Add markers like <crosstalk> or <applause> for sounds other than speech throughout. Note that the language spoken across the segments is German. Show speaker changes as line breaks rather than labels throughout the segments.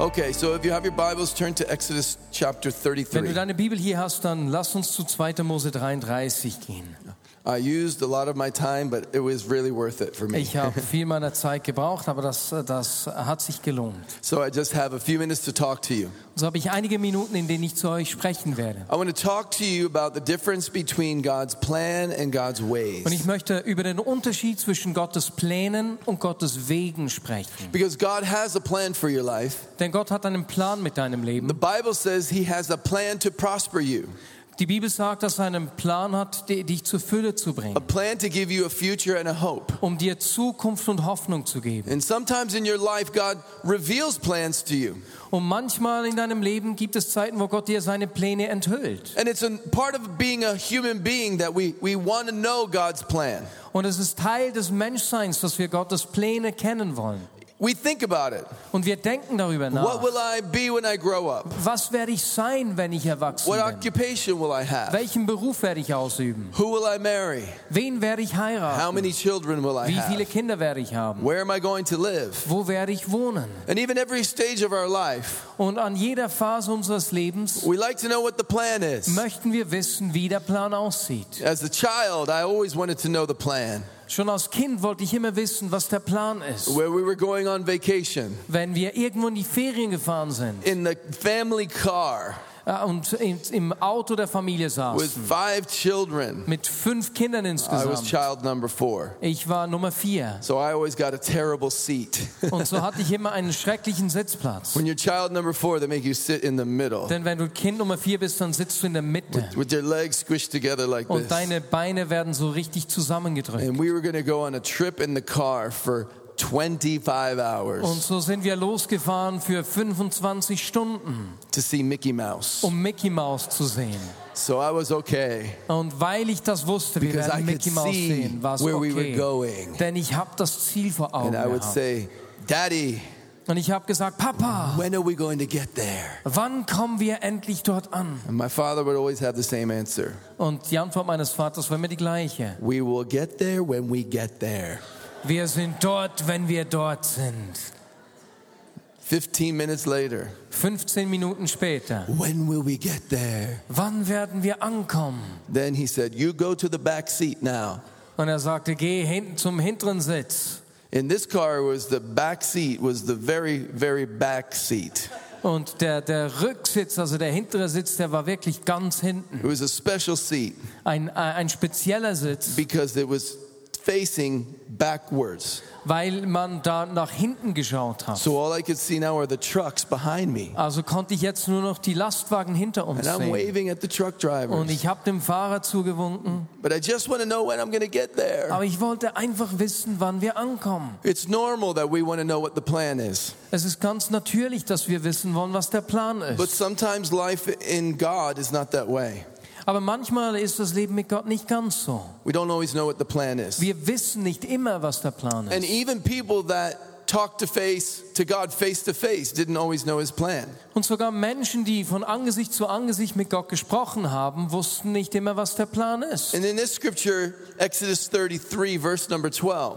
Okay, so if you have your Bibles, turn to Exodus chapter
Wenn du
33.
deine Bibel hier hast, dann lass uns zu 2. Mose 33 gehen.
I used a lot of my time, but it was really worth it for me.
Ich habe viel meiner Zeit gebraucht, aber das, das hat sich gelohnt.
So I just have a few minutes to talk to you.
So habe ich einige Minuten, in denen ich zu euch sprechen werde.
I want to talk to you about the difference between God's plan and God's
Und
ways.
ich möchte über den Unterschied zwischen Gottes Plänen und Gottes Wegen sprechen.
Because God has a plan for your life.
Denn Gott hat einen Plan mit deinem
The
Leben.
Bible says He has a plan to prosper you,
Die Bibel sagt, dass er einen Plan hat, die- dich zur Fülle zu
a
bringen,
plan to give you a future and a hope.
um dir Zukunft und Hoffnung zu geben.
And sometimes in your life, God reveals plans to you.
Und manchmal in deinem Leben gibt es Zeiten, wo Gott dir seine Pläne enthüllt.
And it's a part of being a human being that we, we want to know God's plan.
Und es ist Teil des Menschseins, dass wir Gottes Pläne kennen wollen.
We think about it.
Und wir denken darüber
What
nach.
will I be when I grow up?
Was werde ich sein, wenn ich erwachsen
What
bin?
occupation will I have?
Welchen Beruf werde ich ausüben?
Who will I marry?
Wen werde ich
How
heiraten?
many children will I
Wie viele
have?
Kinder werde ich haben?
Where am I going to live?
Wo werde ich wohnen?
And even every stage of our life,
Und an jeder Phase unseres Lebens
we like to know what the plan is.
möchten wir wissen, wie der Plan aussieht.
As a child, I always wanted to know the plan.
Schon als Kind wollte ich immer wissen, was der Plan ist.
Where we were going on vacation,
Wenn wir irgendwo in die Ferien gefahren sind
in the family car
äh, und im im Auto der Familie
with
saßen,
five children,
mit fünf Kindern
I was
insgesamt,
child number four.
Ich war Nummer vier
So I always got a terrible seat.
und so hatte ich immer einen schrecklichen Sitzplatz.
when you're child number four, they make you sit in the middle
Denn wenn du Kind Nummer vier bist, dann sitzt du in der Mitte
with your legs squished together like
und
this.
deine Beine werden so richtig zusammengedrückt.
And we were going to go on a trip in the car for 25
Und
hours
so sind wir losgefahren für 25 Stunden,
to see Mickey Mouse.
um Mickey Mouse zu sehen.
So I was okay.
Und weil ich das wusste, wir
Because I
werden Mickey
could
Mouse
see
sehen, war es
where we were
okay.
going.
Denn ich habe das Ziel vor Augen
And I would
gehabt.
say, Daddy,
Und ich habe gesagt, Papa,
when are we going to get there?
wann kommen wir endlich dort an?
And my father would always have the same answer
Und die Antwort meines Vaters war immer die gleiche.
We will get there when we get there.
Wir sind dort, wenn wir dort sind.
15 minutes later,
15 Minuten später.
when will we get there?
Wann werden wir ankommen?
Then he said, You go to the back seat now.
Und er sagte, geh hinten zum hinteren Sitz.
In this car was the back seat, was the very, very back seat.
Und der, der Rücksitz, also der hintere Sitz, der war wirklich ganz hinten.
It was a special seat.
Ein, äh, ein spezieller Sitz,
because it was facing backwards.
weil man da nach hinten geschaut hat.
So all I could see now are the trucks behind me.
Also konnte ich jetzt nur noch die Lastwagen hinter uns
And I'm
sehen.
waving at the truck
Und
drivers.
ich habe dem Fahrer zugewunken.
But I just want to know when I'm going to get there.
Aber ich wollte einfach wissen, wann wir ankommen.
It's normal that we want to know what the plan is.
Es ist ganz natürlich, dass wir wissen wollen, was der Plan ist.
But sometimes life in God is not that way.
Aber manchmal ist das Leben mit Gott nicht ganz so.
We don't always know what the plan is.
Wir wissen nicht immer, was der Plan
And
ist.
even people that talk to face to God face to face didn't always know his plan.
Und sogar Menschen, die von Angesicht zu Angesicht mit Gott gesprochen haben, wussten nicht immer, was der Plan ist.
And in this scripture, Exodus 33 verse number 12,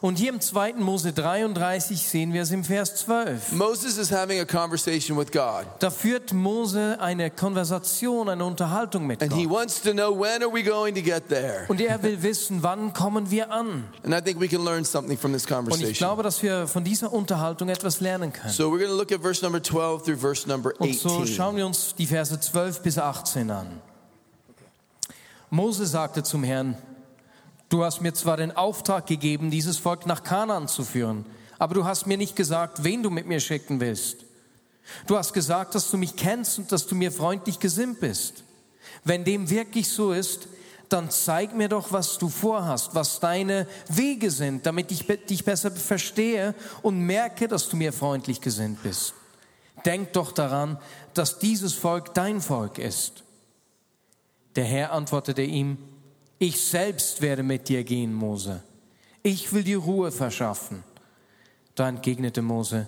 Und hier im 2. Mose 33 sehen wir es im Vers 12.
Moses is having a conversation with God.
Da führt Mose eine Konversation, eine Unterhaltung mit
And he
Gott.
wants to know when are we going to get there?
Und er will wissen, wann kommen wir an?
And I think we can learn something from this
Und ich
conversation.
glaube, dass wir von dieser Unterhaltung etwas lernen können.
So we're going to look at verse number 12 through verse number
Und so schauen
18.
wir uns die Verse 12 bis 18 an. Mose sagte zum Herrn, du hast mir zwar den Auftrag gegeben, dieses Volk nach Kanaan zu führen, aber du hast mir nicht gesagt, wen du mit mir schicken willst. Du hast gesagt, dass du mich kennst und dass du mir freundlich gesinnt bist. Wenn dem wirklich so ist, dann zeig mir doch, was du vorhast, was deine Wege sind, damit ich be- dich besser verstehe und merke, dass du mir freundlich gesinnt bist. Denk doch daran, dass dieses Volk dein Volk ist. Der Herr antwortete ihm, ich selbst werde mit dir gehen, Mose. Ich will dir Ruhe verschaffen. Da entgegnete Mose,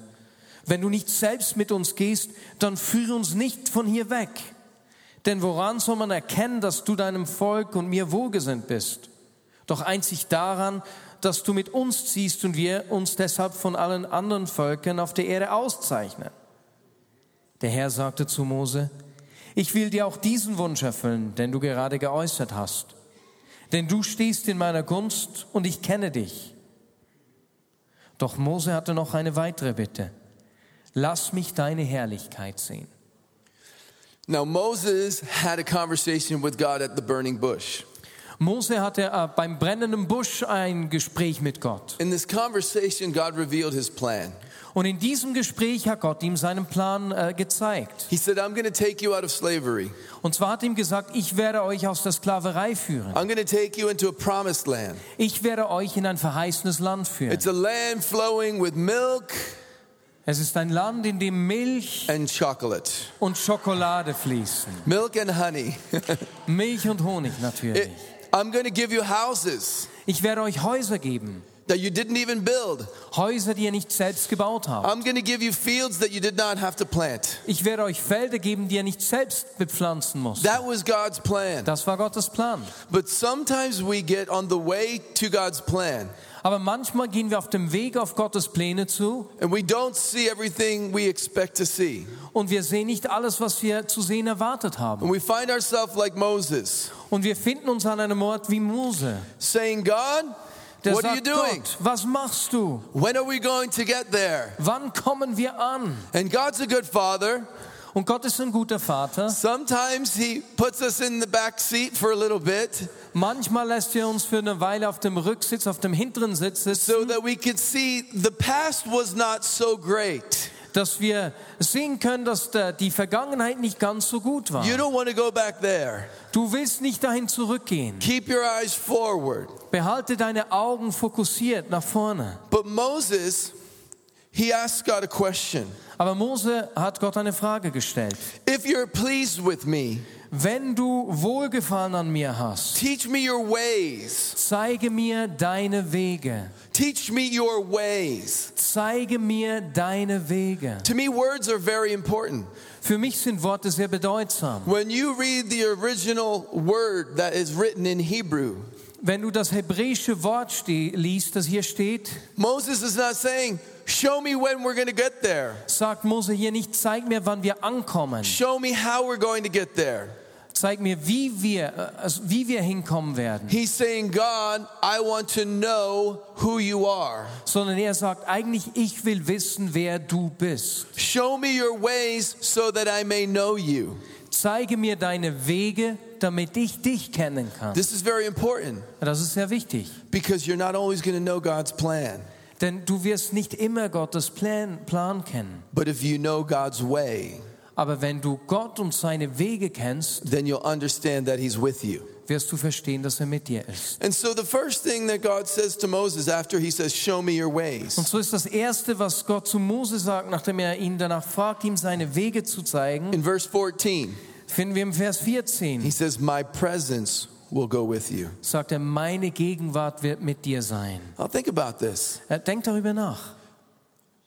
wenn du nicht selbst mit uns gehst, dann führe uns nicht von hier weg. Denn woran soll man erkennen, dass du deinem Volk und mir wohlgesinnt bist? Doch einzig daran, dass du mit uns ziehst und wir uns deshalb von allen anderen Völkern auf der Erde auszeichnen. Der Herr sagte zu Mose, ich will dir auch diesen Wunsch erfüllen, den du gerade geäußert hast. Denn du stehst in meiner Gunst und ich kenne dich. Doch Mose hatte noch eine weitere Bitte. Lass mich deine Herrlichkeit sehen.
Now, Moses had a conversation with God at the burning bush.
Mose hatte äh, beim brennenden Busch ein Gespräch mit Gott.
In this conversation, God revealed his plan.
Und in diesem Gespräch hat Gott ihm seinen Plan äh, gezeigt.
He said, I'm going to take you out of slavery.
Und zwar hat ihm gesagt, ich werde euch aus der Sklaverei führen.
I'm going to take you into a promised land.
Ich werde euch in ein verheißenes Land führen.
It's a land flowing with milk
Es ist ein Land, in dem Milch
and chocolate,
und Schokolade fließen.
milk and honey.
Milch und Honig natürlich.
It- I'm going to give you houses
Ich werde euch Häuser geben.
that you didn't even build.
Häuser, die ihr nicht selbst gebaut habt.
I'm going to give you fields that you did not have to plant.
Ich werde euch Felder geben, die ihr nicht selbst bepflanzen müsst.
That was God's plan.
Das war Gottes Plan.
But sometimes we get on the way to God's plan
Aber manchmal gehen wir auf dem Weg auf Gottes Pläne zu
and we don't see everything we expect to see.
und wir sehen nicht alles, was wir zu sehen erwartet haben.
And we find ourselves like Moses
Und wir finden uns an einem Ort wie Mose.
saying, God,
Der
what are you
sagt,
doing?
Gott, was machst du?
When are we going to get there?
Wann kommen wir an?
And God's a good father.
Und Gott ist ein guter Vater.
Sometimes he puts us in the back seat for a little bit
Manchmal lässt er uns für eine Weile auf dem Rücksitz, auf dem hinteren Sitz sitzen,
so that we could see the past was not so great.
dass wir sehen können, dass der, die Vergangenheit nicht ganz so gut war.
You don't want to go back there.
Du willst nicht dahin zurückgehen.
Keep your eyes forward.
Behalte deine Augen fokussiert nach vorne.
But Moses, he asked God a question.
Aber Mose hat Gott eine Frage gestellt.
If you're pleased with me,
Wenn du Wohlgefallen an mir hast,
teach me your ways.
zeige mir deine Wege.
Teach me your ways.
Zeige mir deine Wege.
To me, words are very important.
Für mich sind Worte sehr bedeutsam.
When you read the original word that is written in Hebrew,
Wenn du das hebräische Wort ste- liest, das hier steht,
Moses is not saying, Show me when we're going to get there.
sagt Mose hier nicht, zeig mir, wann wir ankommen.
Show me how we're going to get there.
Zeig mir, wie wir, äh, also wie wir hinkommen werden.
He's saying, God, I want to know who you are.
Sondern er sagt eigentlich, ich will wissen, wer du bist.
Show me your ways so that I may know you.
Zeige mir deine Wege, damit ich dich kennen kann.
This is very important
Das ist sehr wichtig.
because you're not always going to know God's plan.
Denn du wirst nicht immer Gottes Plan, Plan kennen.
But if you know God's way,
Aber wenn du Gott und seine Wege kennst,
then you'll understand that He's with you.
wirst du verstehen, dass er mit dir ist.
And so the first thing that God says to Moses after He says, Show me your
Und
ways,
so ist das Erste, was Gott zu Mose sagt, nachdem er ihn danach fragt, ihm seine Wege zu zeigen,
in verse 14,
finden wir im Vers
He
14.
says, My presence will go with you.
Sagt er, meine Gegenwart wird mit dir sein.
Now think about this.
Äh, Denk darüber nach.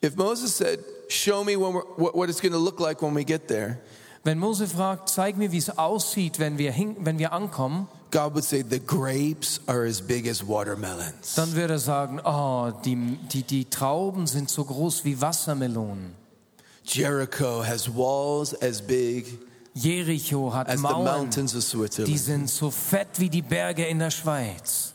If Moses said, Show me when we're, what, what it's going to look like when we get there,
Wenn Mose fragt, zeig mir, wie es aussieht, wenn wir, hin, wenn wir ankommen,
God would say, The grapes are as big as watermelons.
dann würde er sagen, oh, die, die, die Trauben sind so groß wie Wassermelonen.
Jericho has walls as big
Jericho hat
as the
Mauern,
mountains of
die
Switzerland.
sind so fett wie die Berge in der Schweiz.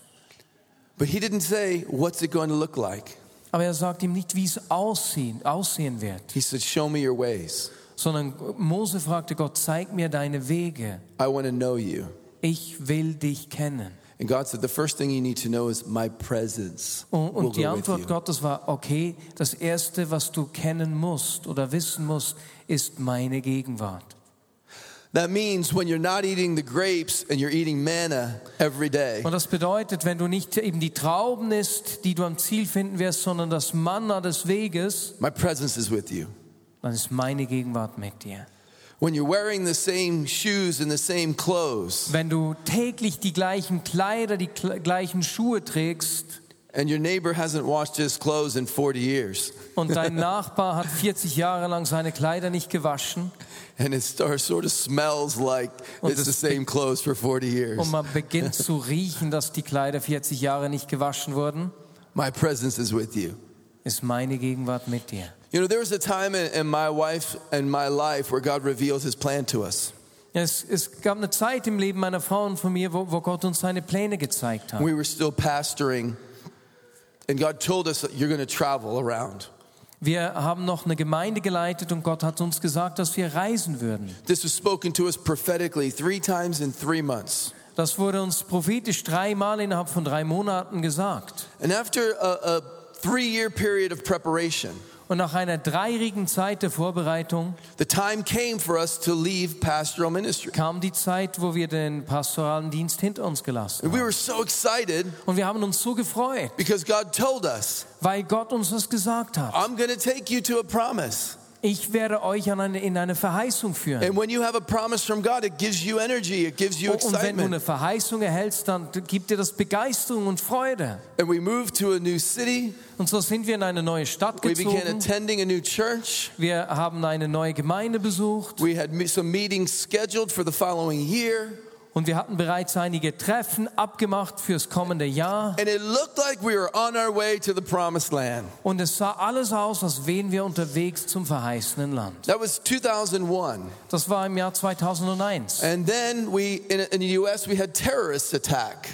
But He didn't say, What's it going to look like?
Aber er sagt ihm nicht, wie es aussehen, aussehen wird.
He said, Show me your ways.
sondern Mose fragte Gott, zeig mir deine Wege,
I want to know you.
ich will dich kennen.
And God said, The first thing you need to know is my presence.
Und,
will
und die
go with
Antwort
you."
Gottes war, okay, das Erste, was du kennen musst oder wissen musst, ist meine Gegenwart.
That means when you're not eating the grapes and you're eating manna every day,
Und das bedeutet, wenn du nicht eben die Trauben isst, die du am Ziel finden wirst, sondern das Manna des Weges,
my presence is with you.
dann dann ist meine Gegenwart mit dir.
When you're wearing the same shoes and the same clothes,
Wenn du täglich die gleichen Kleider, die kle- gleichen Schuhe trägst
and your neighbor hasn't washed his clothes in 40 years,
und dein Nachbar hat 40 Jahre lang seine Kleider nicht gewaschen
and it starts, sort of smells like
Und
it's
es-
the same Oh, clothes for 40 years,
und man beginnt zu riechen, dass die Kleider 40 Jahre nicht gewaschen wurden,
my presence is with you.
ist meine Gegenwart mit dir.
You know, there was a time in, in my wife and my life where God revealed his plan to us.
Es, es gab eine Zeit im Leben meiner Frau und von mir, wo, wo Gott uns seine Pläne gezeigt hat.
We were still pastoring, and God told us that you're going to travel around.
Wir haben noch eine Gemeinde geleitet und Gott hat uns gesagt, dass wir reisen würden.
This was spoken to us prophetically three times in three months.
Das wurde uns prophetisch dreimal innerhalb von drei Monaten gesagt.
And after a, a three year period of preparation,
Und nach einer dreijährigen Zeit der Vorbereitung
the time came for us to leave pastoral ministry.
kam die Zeit, wo wir den pastoralen Dienst hinter uns gelassen
And
haben.
we were so excited
Und wir haben uns so gefreut,
because God told us,
weil Gott uns das gesagt hat.
I'm going to take you to a promise.
Ich werde euch an eine, in eine Verheißung führen. Oh,
And when you have a promise from God, it gives you energy, it gives you
Und wenn du eine
excitement.
Verheißung erhältst, dann gibt dir das Begeisterung und Freude.
And we moved to a new city.
Und so sind wir in eine neue Stadt
We began
gezogen.
attending a new church.
Wir haben eine neue Gemeinde besucht
We had me- some meetings scheduled for the following year.
und wir hatten bereits einige Treffen abgemacht fürs kommende Jahr.
And it looked like we were on our way to the promised land.
Und es sah alles aus, als wären wir unterwegs zum verheißenen Land.
That was 2001.
Das war im Jahr 2001.
And then we, in, in the US, we had terrorist attack.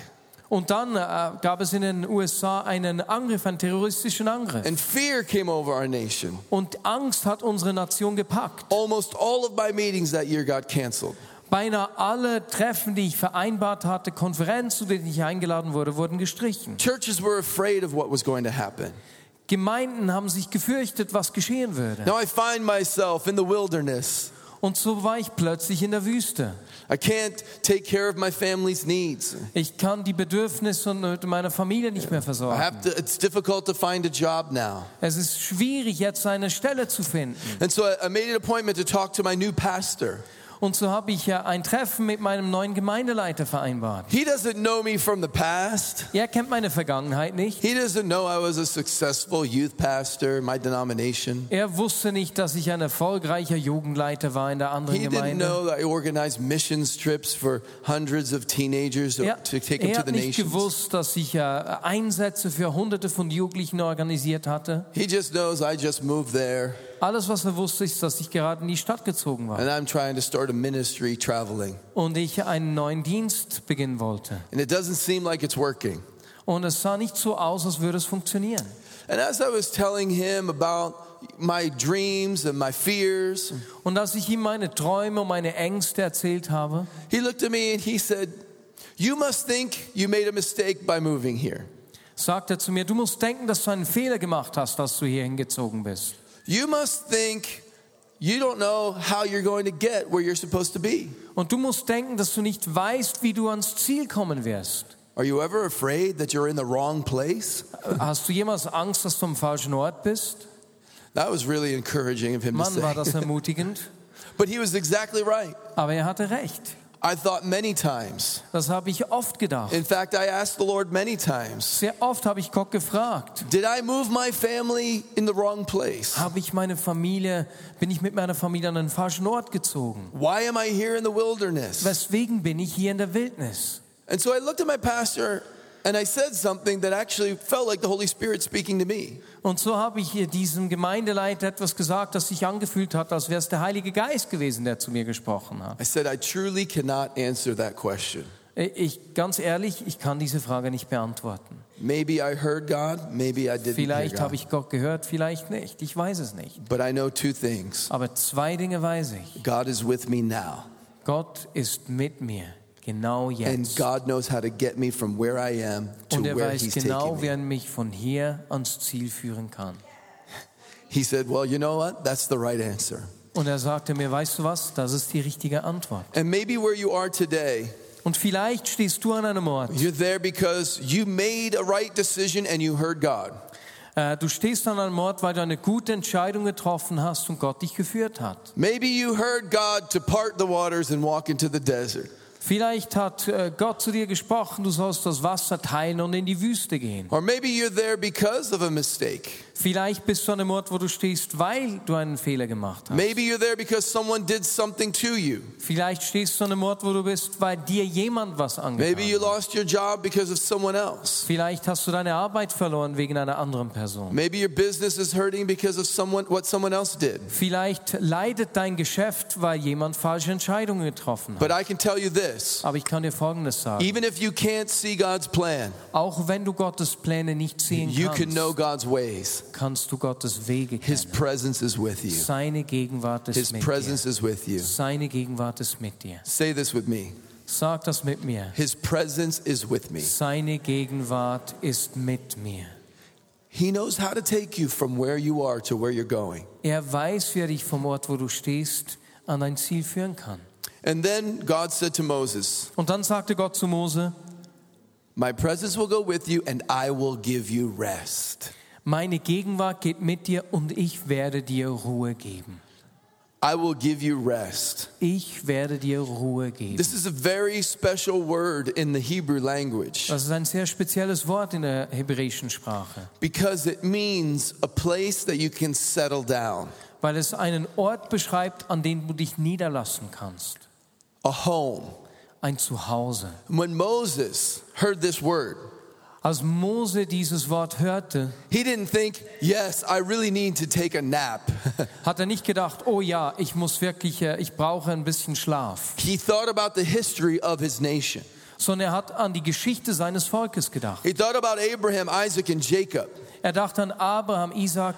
Und dann äh, gab es in den USA einen Angriff, einen terroristischen Angriff.
And fear came over our nation.
Und Angst hat unsere Nation gepackt.
Almost all of my meetings that year got canceled.
Beinahe alle Treffen, die ich vereinbart hatte, Konferenzen, zu denen ich eingeladen wurde, wurden gestrichen.
Churches were afraid of what was going to happen.
Gemeinden haben sich gefürchtet, was geschehen würde.
Now I find myself in the wilderness.
Und so war ich plötzlich in der Wüste.
I can't take care of my family's needs.
Ich kann die Bedürfnisse und äh, meiner Familie nicht mehr
I
versorgen.
have to, it's difficult to find a job now.
Es ist schwierig, jetzt eine Stelle zu finden.
And so I, I made an appointment to talk to my new pastor.
Und so habe ich ja ein Treffen mit meinem neuen Gemeindeleiter vereinbart.
He doesn't know me from the past.
Er kennt meine Vergangenheit nicht.
He doesn't know I was a successful youth pastor, in my denomination.
Er wusste nicht, dass ich ein erfolgreicher Jugendleiter war in der anderen
He didn't
Gemeinde.
know that I organized missions trips for hundreds of teenagers
Er,
to take them
er
to
hat
the
nicht
nations.
gewusst, dass ich äh, Einsätze für Hunderte von Jugendlichen organisiert hatte.
He just knows I just moved there
Alles, was er wusste, ist, dass ich gerade in die Stadt gezogen war
and I'm trying to start a ministry traveling.
und ich einen neuen Dienst beginnen wollte.
And it doesn't seem like it's working.
Und es sah nicht so aus, als würde es funktionieren.
And as I was telling him about my dreams and my fears,
Und als ich ihm meine Träume und meine Ängste erzählt habe,
he looked at me and he said, You must think you made a mistake by moving here.
sagt er zu mir, du musst denken, dass du einen Fehler gemacht hast, dass du hier hingezogen bist.
You must think you don't know how you're going to get where you're supposed to be.
Und du musst denken, dass du nicht weißt, wie du ans Ziel kommen wirst.
Are you ever afraid that you're in the wrong place?
Hast du jemals Angst, dass du am falschen Ort bist?
That was really encouraging of him
Mann, war
to
das
say.
ermutigend.
but he was exactly right.
Aber er hatte recht.
I thought many times.
Das habe ich oft gedacht.
In fact, I asked the Lord many times,
Sehr oft habe ich Gott gefragt,
did I move my family in the wrong place?
habe ich meine Familie, bin ich mit meiner Familie an den falschen Ort gezogen?
Why am I here in the wilderness?
Weswegen bin ich hier in der Wildnis?
And so I looked at my pastor and I said something that actually felt like the Holy Spirit speaking to me.
Und so habe ich hier diesem Gemeindeleiter etwas gesagt, das sich angefühlt hat, als wäre es der Heilige Geist gewesen, der zu mir gesprochen hat. Äh,
I said, I truly cannot answer that question.
Ich, ganz ehrlich, ich kann diese Frage nicht beantworten.
Maybe I heard God, maybe I didn't
Vielleicht
hear
habe
God.
ich Gott gehört, vielleicht nicht. Ich weiß es nicht.
But I know two things.
Aber zwei Dinge weiß ich.
God is with me now,
Gott ist mit mir, genau
and
jetzt.
God knows how to get me from where I am to
Und er
where
weiß
He's
genau,
taking me.
wer mich von hier ans Ziel führen kann.
He said, Well, you know what? That's the right answer.
Und er sagte mir, weißt du was, das ist die richtige Antwort.
And maybe where you are today,
Und vielleicht stehst du an einem Ort.
you're there because you made a right decision and you heard God.
Äh, Du stehst an einem Ort, weil du eine gute Entscheidung getroffen hast und Gott dich geführt hat.
Maybe you heard God to part the waters and walk into the desert.
Vielleicht hat äh, Gott zu dir gesprochen, du sollst das Wasser teilen und in die Wüste gehen.
Or maybe you're there because of a mistake.
Vielleicht bist du an einem Ort, wo du stehst, weil du einen Fehler gemacht hast.
Maybe you're there because someone did something to you.
Vielleicht stehst du an einem Ort, wo du bist, weil dir jemand was angetan
Maybe you
hat.
lost your job because of someone else.
Vielleicht hast du deine Arbeit verloren wegen einer anderen Person.
Maybe your business is hurting because of someone what someone else did.
Vielleicht leidet dein Geschäft, weil jemand falsche Entscheidungen getroffen hat.
But I can tell you this,
Aber ich kann dir Folgendes sagen.
even if you can't see God's plan,
Auch wenn du Gottes Pläne nicht sehen
you can know
kannst,
God's ways.
kannst du Gottes Wege
His
kennen.
presence is with you.
Seine Gegenwart
His
ist mit dir.
presence is with you.
Seine Gegenwart ist mit dir.
Say this with me.
Sag das mit mir.
His presence is with me.
Seine Gegenwart ist mit mir.
He knows how to take you from where you are to where you're going.
Er weiß, wie er dich vom Ort, wo du stehst, an dein Ziel führen kann.
And then God said to Moses,
Und dann sagte Gott zu Mose,
My presence will go with you and I will give you rest.
meine Gegenwart geht mit dir und ich werde dir Ruhe geben.
I will give you rest.
Ich werde dir Ruhe geben.
This is a very special word in the Hebrew language
Das ist ein sehr spezielles Wort in der hebräischen Sprache,
because it means a place that you can settle down,
weil es einen Ort beschreibt, an dem du dich niederlassen kannst.
a home.
Ein Zuhause.
When Moses heard this word,
Als Mose dieses Wort hörte,
he didn't think, Yes, I really need to take a nap. <laughs>
hat er nicht gedacht, oh ja, ich muss wirklich, äh, ich brauche ein bisschen Schlaf,
he thought about the history of his nation.
sondern er hat an die Geschichte seines Volkes gedacht.
He thought about Abraham, Isaac, and Jacob,
Er dachte an Abraham, Isaac,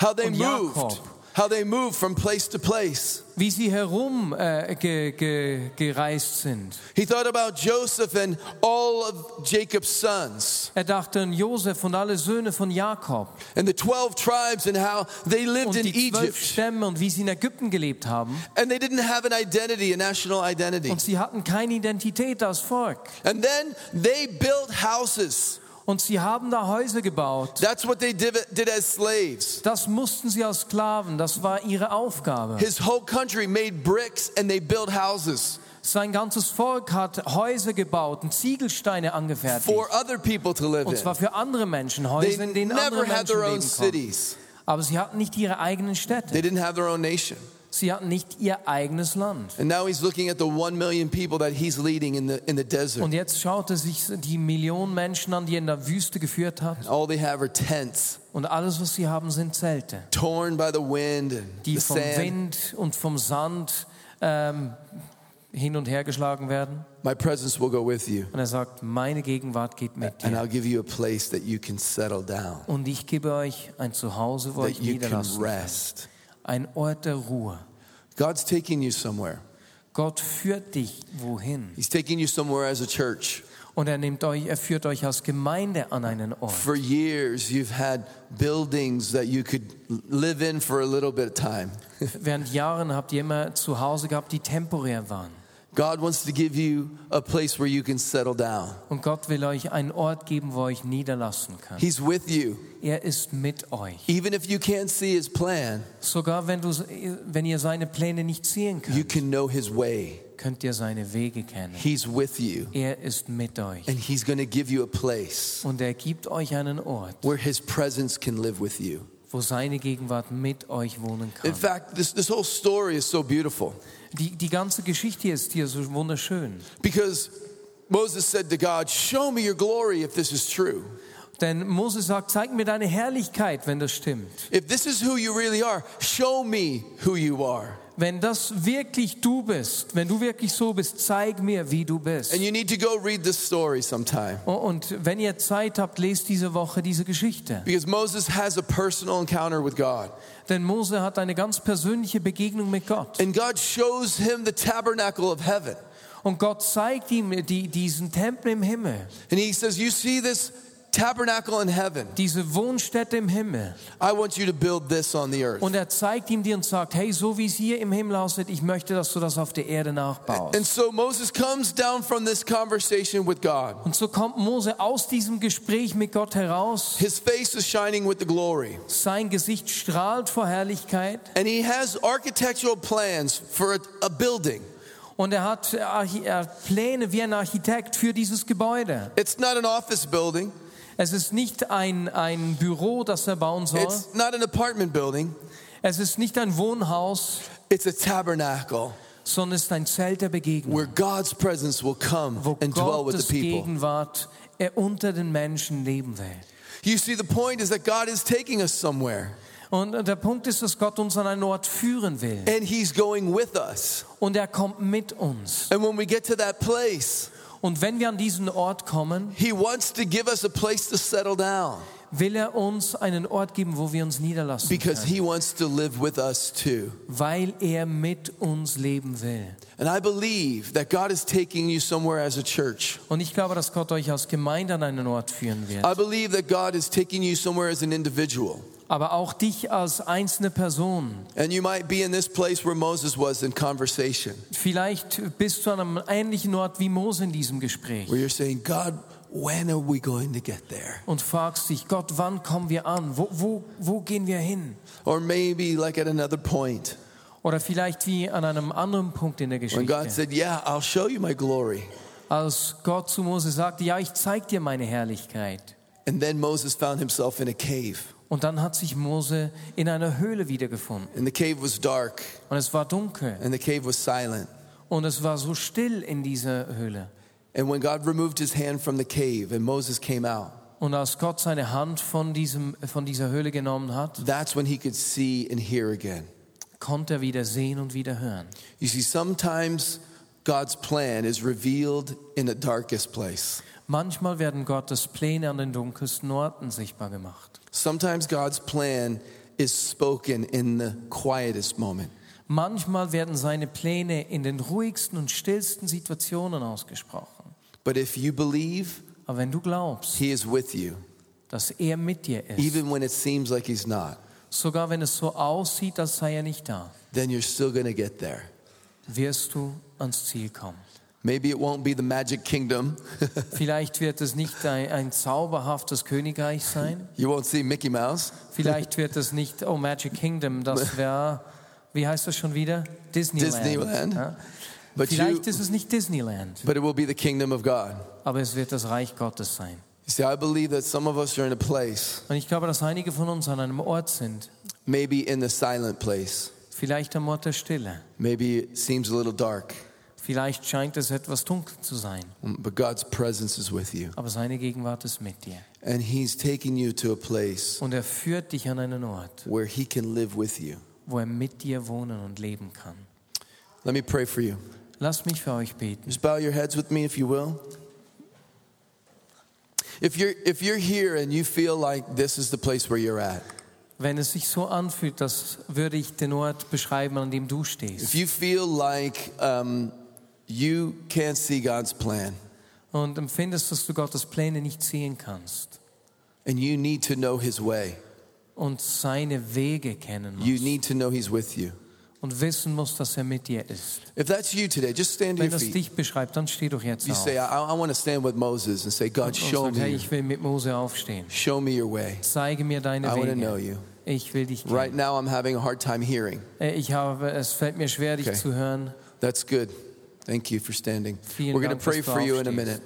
how they
Und
moved,
Jakob.
how they moved from place to place.
wie sie herum äh, ge, ge, gereist sind.
He thought about Joseph and all of Jacob's sons
Er dachte an Josef und alle Söhne von Jakob
and the 12 tribes and how they lived
und
in
die
Egypt.
zwölf Stämme und wie sie in Ägypten gelebt haben.
And they didn't have an identity, a national identity.
Und sie hatten keine Identität als Volk.
And then they built houses.
Und sie haben da Häuser gebaut.
That's what they did, did as slaves.
Das mussten sie als Sklaven, das war ihre Aufgabe.
His whole country made bricks and they built houses
Sein ganzes Volk hat Häuser gebaut und Ziegelsteine angefertigt.
for other people to live
Und zwar
in.
für andere Menschen, Häuser, in
They
denen andere
never had
Menschen
their own
leben konnten.
cities.
Aber sie hatten nicht ihre eigenen Städte.
They didn't have their own nation.
Sie hatten nicht ihr eigenes Land.
And now he's looking at the one million people that he's leading in the in the desert.
Und jetzt schaut er sich die Millionen Menschen an, die er in der Wüste geführt hat.
All they have are tents,
Und alles, was sie haben, sind Zelte,
torn by the wind and
die
the
vom
sand.
Wind und vom Sand ähm, hin und her geschlagen werden.
My presence will go with you,
Und er sagt, meine Gegenwart geht mit
and
dir.
I'll give you a place that you can settle down,
Und ich gebe euch ein Zuhause, wo ihr
that
euch
you can
niederlassen könnt.
rest.
Ein Ort der Ruhe.
God's taking you somewhere.
Gott führt dich wohin.
He's taking you somewhere as a church.
Und er, nimmt euch, er führt euch als Gemeinde an einen Ort.
For years, you've had buildings that you could live in for a little bit of time.
Während Jahren habt ihr immer zu Hause gehabt, die temporär waren.
God wants to give you a place where you can settle down.
Und Gott will euch einen Ort geben, wo ihr euch niederlassen könnt.
He's with you.
Er ist mit euch.
Even if you can't see his plan,
Sogar wenn, du, wenn ihr seine Pläne nicht sehen
you
könnt,
can know his way.
könnt ihr seine Wege kennen.
He's with you.
Er ist mit euch.
And he's going to give you a place
Und er gibt euch einen Ort,
where his presence can live with you.
wo seine Gegenwart mit euch wohnen
In
kann.
fact, this, this whole story is so beautiful
Die, die ganze Geschichte ist hier so wunderschön.
because Moses said to God, Show me your glory if this is true.
Denn Moses sagt, zeig mir deine Herrlichkeit, wenn das stimmt.
If this is who you really are, show me who you are.
Wenn das wirklich du bist, wenn du wirklich so bist, zeig mir, wie du bist.
And you need to go read this story sometime
Und wenn ihr Zeit habt, lest diese Woche diese Geschichte.
because Moses has a personal encounter with God.
Denn Mose hat eine ganz persönliche Begegnung mit Gott.
And God shows him the tabernacle of heaven.
Und Gott zeigt ihm die, diesen Tempel im Himmel.
And he says, You see this tabernacle in heaven.
diese Wohnstätte im Himmel.
I want you to build this on the earth.
Und er zeigt ihm die und sagt, hey, so wie es hier im Himmel aussieht, ich möchte, dass du das auf der Erde nachbaust.
And so Moses comes down from this conversation with God.
Und so kommt Mose aus diesem Gespräch mit Gott heraus.
His face is shining with the glory.
Sein Gesicht strahlt vor Herrlichkeit.
And he has architectural plans for a, a building.
Und er hat Archi- er hat Pläne wie ein Architekt für dieses Gebäude.
It's not an office building,
Es ist nicht ein, ein Büro, das er bauen soll.
it's not an apartment building,
Es ist nicht ein Wohnhaus,
it's a tabernacle
sondern es ist ein Zelt der Begegnung,
where God's presence will come
wo
and dwell with
Gottes
the people.
Gegenwart er unter den Menschen leben will.
You see, the point is that God is taking us somewhere
Und der Punkt ist, dass Gott uns an einen Ort führen will.
and He's going with us.
Und er kommt mit uns.
And when we get to that place,
Und wenn wir an diesen Ort kommen,
He wants to give us a place to settle down
will er uns einen Ort geben, wo wir uns niederlassen
because
können,
He wants to live with us too.
weil er mit uns leben will.
And I believe that God is taking you somewhere as a church.
Und ich glaube, dass Gott euch als Gemeinde an einen Ort führen wird.
I believe that God is taking you somewhere as an individual.
Aber auch dich als einzelne Person.
And you might be in this place where Moses was in conversation,
Vielleicht bist du an einem ähnlichen Ort wie Mose in diesem Gespräch
where you're saying, God, when are we going to get there?
und fragst dich, Gott, wann kommen wir an? Wo, wo, wo gehen wir hin?
Or maybe like at another point
Oder vielleicht wie an einem anderen Punkt in der
when God
Geschichte,
said, Yeah, I'll show you my glory.
als Gott zu Mose sagte, ja, ich zeig dir meine Herrlichkeit.
And then Moses found himself in a cave,
Und dann hat sich Mose in einer Höhle wiedergefunden
and the cave was dark,
und es war dunkel
and the cave was silent.
und es war so still in dieser Höhle.
And when God removed his hand from the cave and Moses came out,
Und als Gott seine Hand von, diesem, von dieser Höhle genommen hat,
that's when he could see and hear again.
konnte er wieder sehen und wieder hören.
You see, sometimes God's plan is revealed in the darkest place.
Manchmal werden Gottes Pläne an den dunkelsten Orten sichtbar gemacht.
Sometimes God's plan is spoken in the quietest moment.
Manchmal werden seine Pläne in den ruhigsten und stillsten Situationen ausgesprochen.
But if you believe,
Aber wenn du glaubst,
He is with you,
dass er mit dir ist,
even when it seems like He's not,
sogar wenn es so aussieht, als sei er nicht da,
then you're still going to get there.
wirst du ans Ziel kommen.
Maybe it won't be the magic kingdom. <laughs>
Vielleicht wird es nicht ein, ein zauberhaftes Königreich sein.
you won't see Mickey Mouse.
Vielleicht wird es nicht, oh, Magic
<laughs>
Kingdom, das wäre, wie heißt das schon wieder? Disneyland.
Disneyland.
Ja?
But, you,
Vielleicht ist es nicht Disneyland,
but it will be the kingdom of God.
aber es wird das Reich Gottes sein.
You see, I believe that some of us are in a place,
Und ich glaube, dass einige von uns an einem Ort sind,
maybe in the silent place,
vielleicht am Ort der Stille.
maybe it seems a little dark,
Vielleicht scheint es etwas dunkel zu sein,
but God's presence is with you.
aber seine Gegenwart ist mit dir.
And He's taking you to a place
Und er führt dich an einen Ort,
where He can live with you.
wo er mit dir wohnen und leben kann.
Let me pray for you.
Lasst mich für euch beten.
Just bow your heads with me if you will. If you're, if you're here and you feel like this is the place where you're at,
Wenn es sich so anfühlt, das würde ich den Ort beschreiben, an dem du
if
stehst.
you feel like um, you can't see God's plan
Und empfindest, dass du Gottes Pläne nicht sehen kannst
and you need to know His way,
und seine Wege kennen
you
musst
need to know He's with you.
und wissen musst, dass er mit dir ist.
If that's you today, just stand to
Wenn
your
das
feet.
dich beschreibt, dann steh doch jetzt
You
auf.
say, I, I want to stand with Moses and say, God,
und
show
sagt, hey,
me,
ich will mit Mose aufstehen.
show me your way.
Zeige mir deine
I want to know
Wege.
you.
Ich will dich kennen.
Right now, I'm having a hard time hearing.
Äh, Ich habe, es fällt mir schwer, dich
Okay.
zu hören.
That's good. Thank you for standing.
Vielen
We're going to
Dank, dass
pray
du
for you in a
aufstehst.
minute.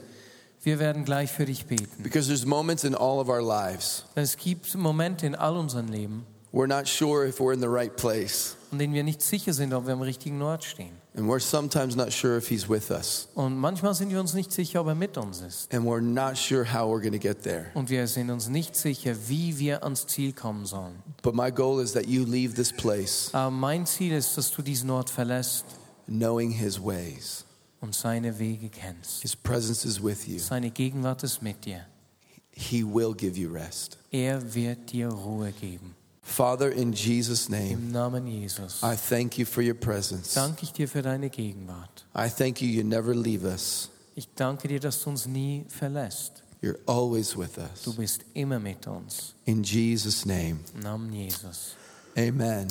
Wir werden gleich für dich beten.
Because there's moments in all of our lives
Es gibt Momente in all unserem Leben,
we're not sure if we're in the right place,
an denen wir nicht sicher sind, ob wir am richtigen Ort stehen.
and we're sometimes not sure if He's with us,
Und manchmal sind wir uns nicht sicher, ob er mit uns ist.
and we're not sure how we're going to get there.
Und wir sind uns nicht sicher, wie wir ans Ziel kommen sollen.
But my goal is that you leave this place
Aber mein Ziel ist, dass du diesen Ort verlässt
knowing His ways.
und seine Wege kennst.
His presence is with you.
Seine Gegenwart ist mit dir.
He will give you rest.
Er wird dir Ruhe geben.
Father, in Jesus' name,
Im Namen Jesus.
I thank you for your presence.
Danke ich dir für deine Gegenwart.
I thank you, you never leave us.
Ich danke dir, dass du uns nie verlässt.
You're always with us.
Du bist immer mit uns.
In Jesus' name,
Im Namen Jesus.
amen.